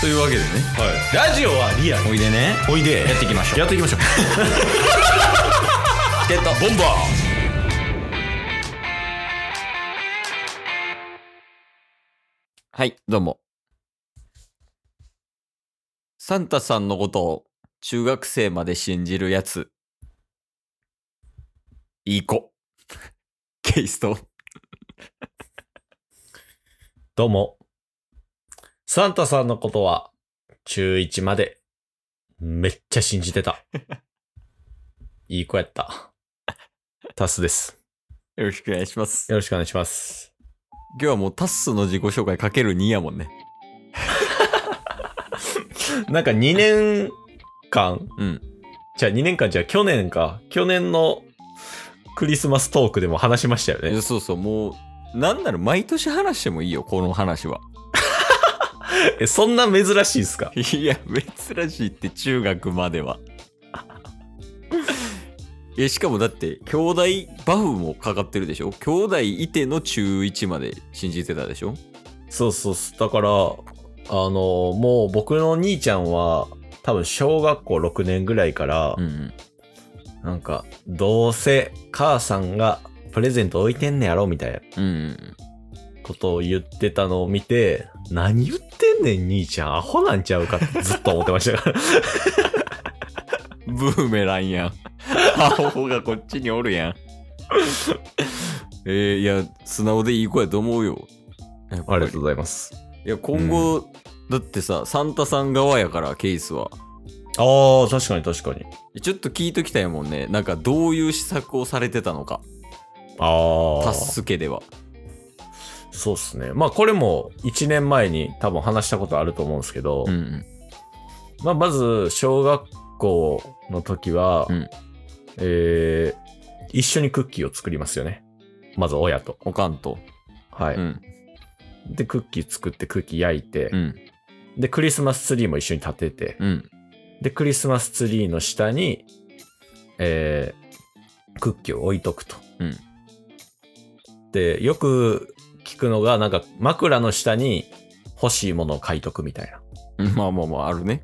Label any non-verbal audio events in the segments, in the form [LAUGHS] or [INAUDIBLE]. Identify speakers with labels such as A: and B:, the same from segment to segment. A: というわけでね
B: ラジオはリアル
A: おいでね
B: おいで
A: やっていきましょう
B: やっていきましょう
A: チケットボンバーはいどうもサンタさんのことを中学生まで信じるやついい子ケイスト
B: どうもサンタさんのことは中1までめっちゃ信じてたいい子やったタスです
A: よろしくお願いします
B: よろしくお願いします
A: 今日はもうタッスの自己紹介かける2やもんね
B: なんか2年間
A: うん
B: じゃあ2年間じゃあ去年か去年のクリスマストークでも話しましたよ
A: い
B: ね
A: やそうそうもうなんなら毎年話してもいいよこの話は
B: えそんな珍しいですか
A: いや珍しいって中学まで [LAUGHS] はいやしかもだって兄弟バフもかかってるでしょ兄弟いての中1まで信じてたでしょ
B: そうそうそう。だから、あの、もう僕の兄ちゃんは、多分小学校6年ぐらいから、
A: ん
B: なんか、どうせ母さんがプレゼント置いてんねやろみたいな
A: うんうん
B: ことを言ってたのを見て、何言ってんねん兄ちゃん、アホなんちゃうかってずっと思ってましたから。
A: ブーメランやん [LAUGHS] アホがこっちにおるやんえーいや素直でいい子やと思うよやっぱ
B: [LAUGHS] あ
A: り
B: りがとうございます。
A: いや今後、だってさサンタさん側やからケースは
B: ああ、確かに確かに。
A: ちょっと聞いときたいもんねなんかどういう施策をされてたのか
B: あ
A: タッ、
B: あ
A: スケでは
B: そうっすね。まあこれも1年前に多分話したことあると思うんですけど、
A: ん
B: まあ、まず小学校の時は、
A: うん
B: えー一緒にクッキーを作りますよねまず親と
A: おかんと
B: はい、
A: うん
B: でクッキー作ってクッキー焼いて、
A: うん
B: でクリスマスツリーも一緒に立てて、
A: うん
B: でクリスマスツリーの下に、えークッキーを置いとくと、
A: うん
B: でよく聞くのがなんか枕の下に欲しいものを書いとくみたいな
A: まあまあまああるね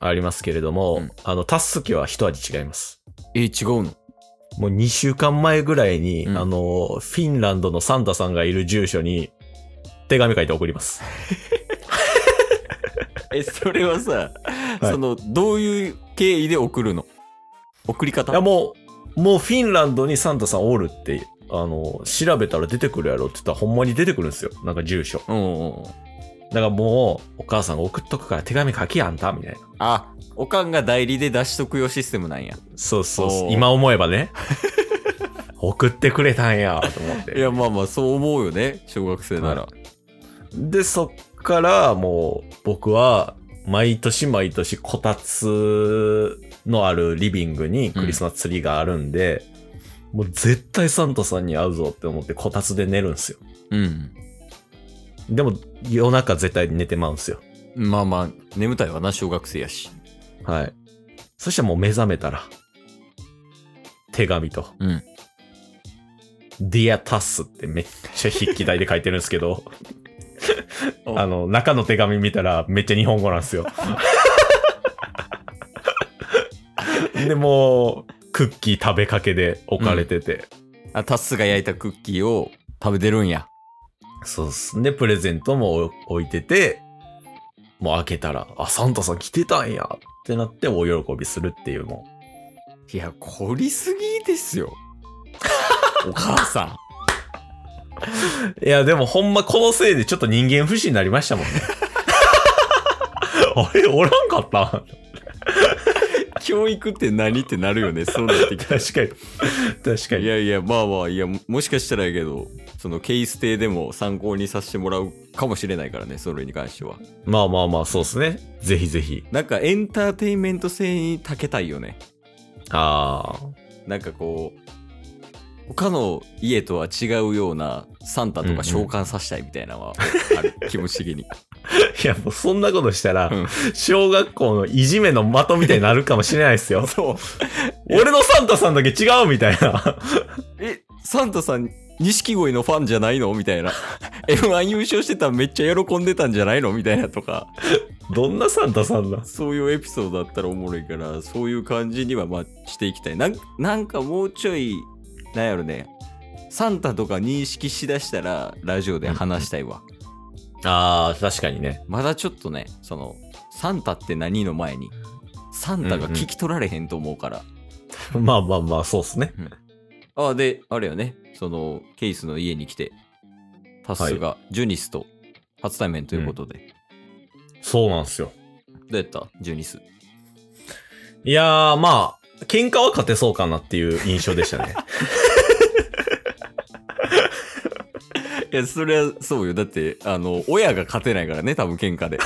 B: ありますけれども、
A: うん
B: あのタスキは一味違います
A: えー違うの
B: もう2週間前ぐらいに、
A: うん
B: あの、フィンランドのサンタさんがいる住所に手紙書いて送ります。
A: えそれはさ、
B: い
A: そのどういう経緯で送るの送り
B: い
A: 方
B: や、もう、もうフィンランドにサンタさんおるって、あの、調べたら出てくるやろって言ったらほんまに出てくるんですよ。なんか住所。
A: うんうんうん
B: だからもう、お母さんが送っとくから手紙書きやんた、みたいな。
A: あおかんが代理で出しとくよシステムなんや
B: そうそうそ
A: お
B: う。
A: ー
B: 今思えばね。 [LAUGHS] 送ってくれたんや、と思っ
A: い
B: て。
A: やまあまあそう思うよね小学生なら、
B: で、そっからもう、僕は、毎年毎年こたつのあるリビングにクリスマスツリーがあるんで、もう絶対サンタさんに会うぞって思ってこたつで寝るんすよ。
A: うん
B: でも夜中絶対寝てまうんすよ。
A: まあまあ眠たいわな小学生やし
B: はい。そしたらもう目覚めたら、手紙と、
A: うん、
B: ディアタスってめっちゃ筆記体で書いてるんですけど
A: お
B: あの、中の手紙見たらめっちゃ日本語なんで
A: [LAUGHS]
B: すよ。で、もう、クッキー食べかけで置かれてて、
A: あタッスが焼いたクッキーを食べてるんや
B: そうっすね。プレゼントも置いてて、もう開けたら、あ、サンタさん来てたんやってなって、大喜びするっていう、も
A: いや凝りすぎです [LAUGHS] よお母さ
B: う。いや、でもほんまこのせいでちょっと人間不信になりましたもん
A: [LAUGHS]
B: ね。あれ、おらんかった
A: ん教育って何ってなるよ [LAUGHS] ねそうなってきたら
B: 確かに。確か
A: い
B: に。
A: やいやまあまあいやももしかしたらやけどそのケース定でも参考にさせてもらうかもしれないからねそれに関しては
B: まあまあまあ、そうですね。ぜひぜひ。
A: なんかエンターテインメント性に長けたいよね
B: あ
A: なんかこう他の家とは違うようなサンタとか召喚させたいみたいなのはある、気持ち的に
B: あ。いや、もうそんなことしたら、
A: うん。
B: 小学校のいじめの的みたいになるかもしれないですよ
A: [LAUGHS] そう
B: 俺のサンタさんだけ違うみたいな。
A: え、サンタさん、錦鯉のファンじゃないのみたいな。M1 優勝してたらめっちゃ喜んでたんじゃないのみたいなとか。
B: どんなサンタさんだ
A: そういうエピソードだったらおもろいから、そういう感じにはまあしていきたい。なんなんかもうちょい、なんやろね、サンタとか認識しだしたら、ラジオで話したいわ。
B: ああ、確かにね。
A: まだちょっとね、その、サンタって何の前に、サンタが聞き取られへんと思うから。
B: まあまあまあ、そうっすね。
A: ああ、で、あれよね、その、ケイスの家に来て、タスがジュニスと初対面ということで。
B: そうなんすよ。
A: どうやったジュ [LAUGHS] ニス。
B: いやー、まあ、喧嘩は勝てそうかなっていう印象でした [LAUGHS] ね。
A: いや、それはそうよ。だって、あの、親が勝てないからね、多分喧嘩で。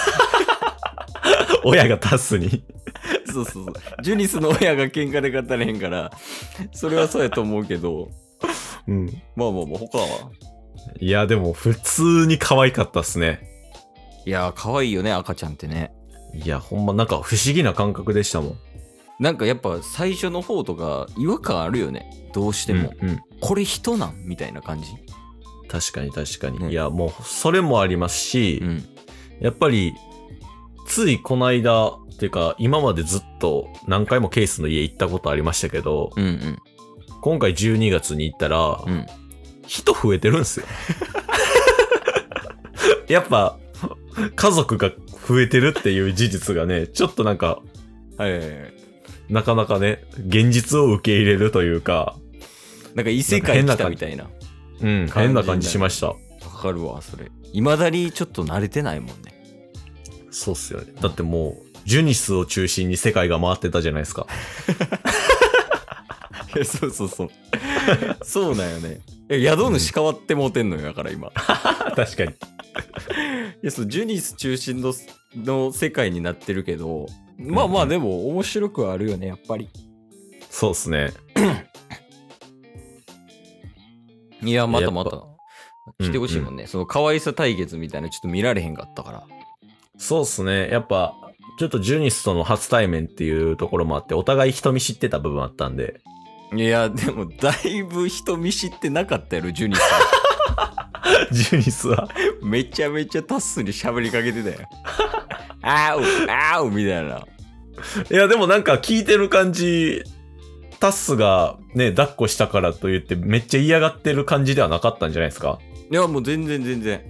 B: 親がタスに。
A: そうそうそう。ジュニスの親が喧嘩で勝たれへんから、それはそうやと思うけど、
B: うん。
A: まあまあまあ、他は。
B: いや、でも、普通に可愛かったっすね。
A: いやー、可愛いよね、赤ちゃんってね。
B: いや、ほんま、なんか不思議な感覚でしたもん。
A: なんかやっぱ最初の方とか違和感あるよね。どうしても。
B: うん、うん。
A: これ人なんみたいな感じ。
B: 確かに確かに。
A: ね
B: いや、もう、それもありますし、
A: ん。
B: やっぱり、ついこの間、っていうか、今までずっと何回もケースの家行ったことありましたけど、
A: うんうん。
B: 今回12月に行ったら、
A: うん。
B: 人増えてるんすよ。 [LAUGHS] やっぱ、家族が増えてるっていう事実がね、ちょっとなんか、
A: はいはいはい。
B: なかなかね、現実を受け入れるというか、
A: なんか異世界来たみたいな。
B: うん、変な感じしました。
A: わかるわ、それ。いまだにちょっと慣れてないもんね。
B: そうっすよね。だってもう、ジュニスを中心に世界が回ってたじゃないですか。
A: [LAUGHS] そうそうそう。 [LAUGHS] そうなんよね。いや宿主変わってもうてんのよ、だから今。
B: [LAUGHS] 確かに。
A: いやそうジュニス中心のの世界になってるけどまあまあ
B: うんう
A: でも面白くはあるよねやっぱり
B: そうっすね。
A: いやまたま
B: や
A: た来てほしいもんね、その可愛さ対決みたいなちょっと見られへんかったから
B: そうっすね。やっぱ、ちょっとジュニスとの初対面っていうところもあって、お互い人見知ってた部分あったんで。 [LAUGHS]
A: いやでもだいぶ人見知ってなかったやろ [LAUGHS] ジュニス
B: ジュニスは。
A: めちゃめちゃタッスに喋りかけて [LAUGHS] たよあうあうみたいない
B: や、でもなんか聞いてる感じ、タッスがね、抱っこしたからといって、めっちゃ嫌がってる感じではなかったんじゃないですか
A: いやもう全然全然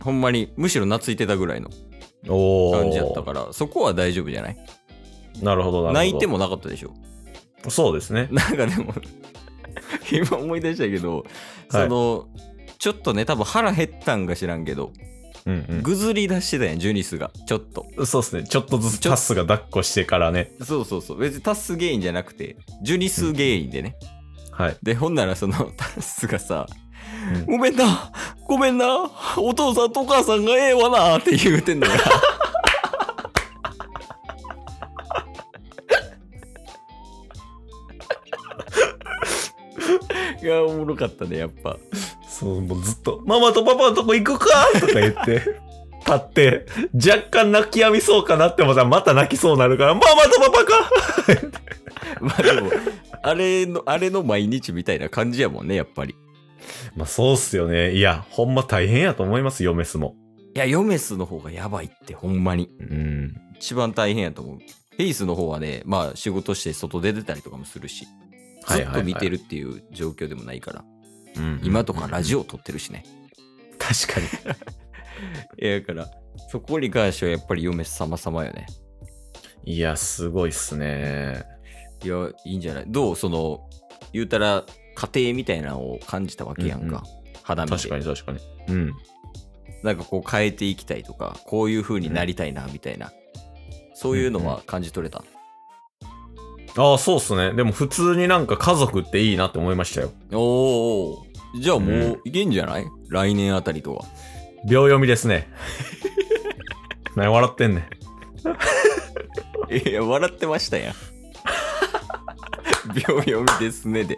A: ほんまにむしろ懐いてたぐらいの
B: お
A: 感じやったからそこは大丈夫じゃない
B: なるほど、なるほど。
A: 泣いてもなかったでしょ
B: そうですね。
A: なんかでも今思い出したけど、
B: はい
A: そのちょっとね多分腹減ったんか知らんけど、
B: うん
A: ぐずり出してたやんジュニスがちょっと
B: うん。そうですね。ちょっとずつ
A: ちょ
B: タッスが抱っこしてからね。
A: そうそうそう別にタス原因じゃなくてジュニス原因でね、
B: はい。
A: でほんならその [LAUGHS] タスがさ、
B: うん
A: ごめんなごめんなお父さんとお母さんがええわな」って言うてんのが [LAUGHS] いやおもろかったねやっぱ
B: そう、もうずっと、ママとパパのとこ行くかとか言
A: [LAUGHS]
B: って、立って、若干泣きやみそうかなって思ったら、また泣きそうになるから、ママとパパか
A: [LAUGHS] まあでもあれのあれの毎日みたいな感じやもんねやっぱり
B: まあそうっすよね。いや、ほんま大変やと思います、ヨメスも。
A: いやヨメスの方がやばいってほんまに
B: うん。
A: 一番大変やと思うフェイスの方はねまあ仕事して外出てたりとかもするし
B: は
A: ず
B: い
A: っ
B: はいはい
A: と見てるっていう状況でもないから、
B: うん
A: 今とかラジオ撮ってるしね、
B: 確かに。
A: いやだからそこに関してはやっぱりヨメス様様よね
B: いや、すごいっすね。
A: いやいいんじゃないどうその言うたら家庭みたいなのを感じたわけやんか、
B: うんうん
A: 肌身
B: 確か
A: で
B: に確かに。うん。
A: なんかこう変えていきたいとかこういう風になりたいなみたいな、そういうのは感じ取れた、
B: ああ、そうっすね。でも普通になんか家族っていいなって思いましたよ。
A: おーおーじゃあも
B: う
A: ういけんじゃない、来年あたりとは
B: 秒読みで
A: [LAUGHS]
B: すね。何笑ってんねん。
A: いや笑ってましたやん [LAUGHS] 秒読みですねで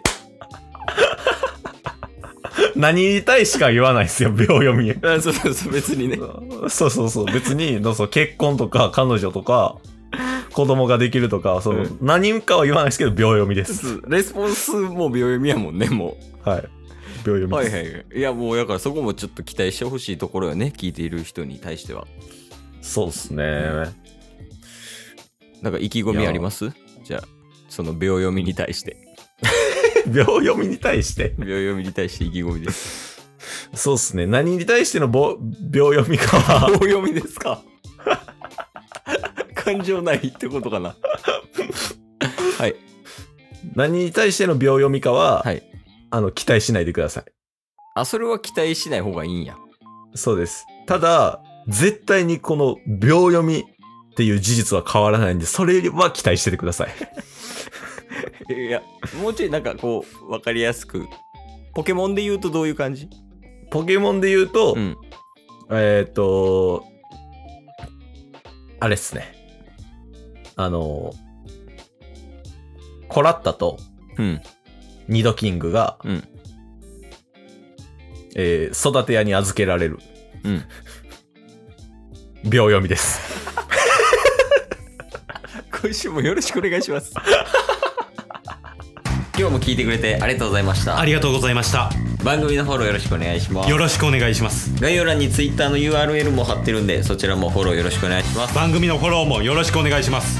B: 何に対しか言わないっすよ、秒読み。
A: あそうそうそう別にね
B: そうそうそう。別に、どうぞ結婚とか彼女とか、子供ができるとか、その、
A: うん
B: 何かは言わないですけど、秒読みです。
A: レスポンスも秒読みやもんねも
B: はい。秒読
A: う
B: み
A: は
B: で
A: い
B: す。
A: はいいやもうだからそこもちょっと期待してほしいところよね聞いている人に対しては
B: そうっすね。
A: [LAUGHS] なんか意気込みありますじゃあ、その秒読みに対して。
B: 秒読みに対して。
A: 秒読みに対して意気込みです。
B: そうっすね。何に対してのぼ秒読みかは [LAUGHS]
A: 秒読みですか [LAUGHS] 感情ないってことかな。はい。
B: 何に対しての秒読みかは、
A: はい。
B: あの、期待しないでくださ
A: あ、それは期待しない方がいいんや。
B: い。そうです。ただ、絶対にこの秒読みっていう事実は変わらないんで、それは期待しててください。
A: いや、もうちょいなんかこう、わかりやすく。ポケモンで言うとどういう感じ
B: ポケモンで言うと、
A: ん。
B: えっ、と、あれっすね。あの、コラッタと
A: うん。
B: ニドキングが、
A: うん
B: えー育て屋に預けられる。
A: うん。
B: 秒読みです。
A: [LAUGHS] 今週もよろしくお願いします。 [LAUGHS] 今日も聞いてくれてありがとうございました。
C: ありがとうございました
A: 番組のフォローよろしくお願いします
C: よ。ろしくお願いします
A: 概要欄に Twitter の URL も貼ってるんで、そちらもフォローよろしくお願いします。
C: 番組のフォローもよろしくお願いします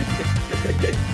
C: す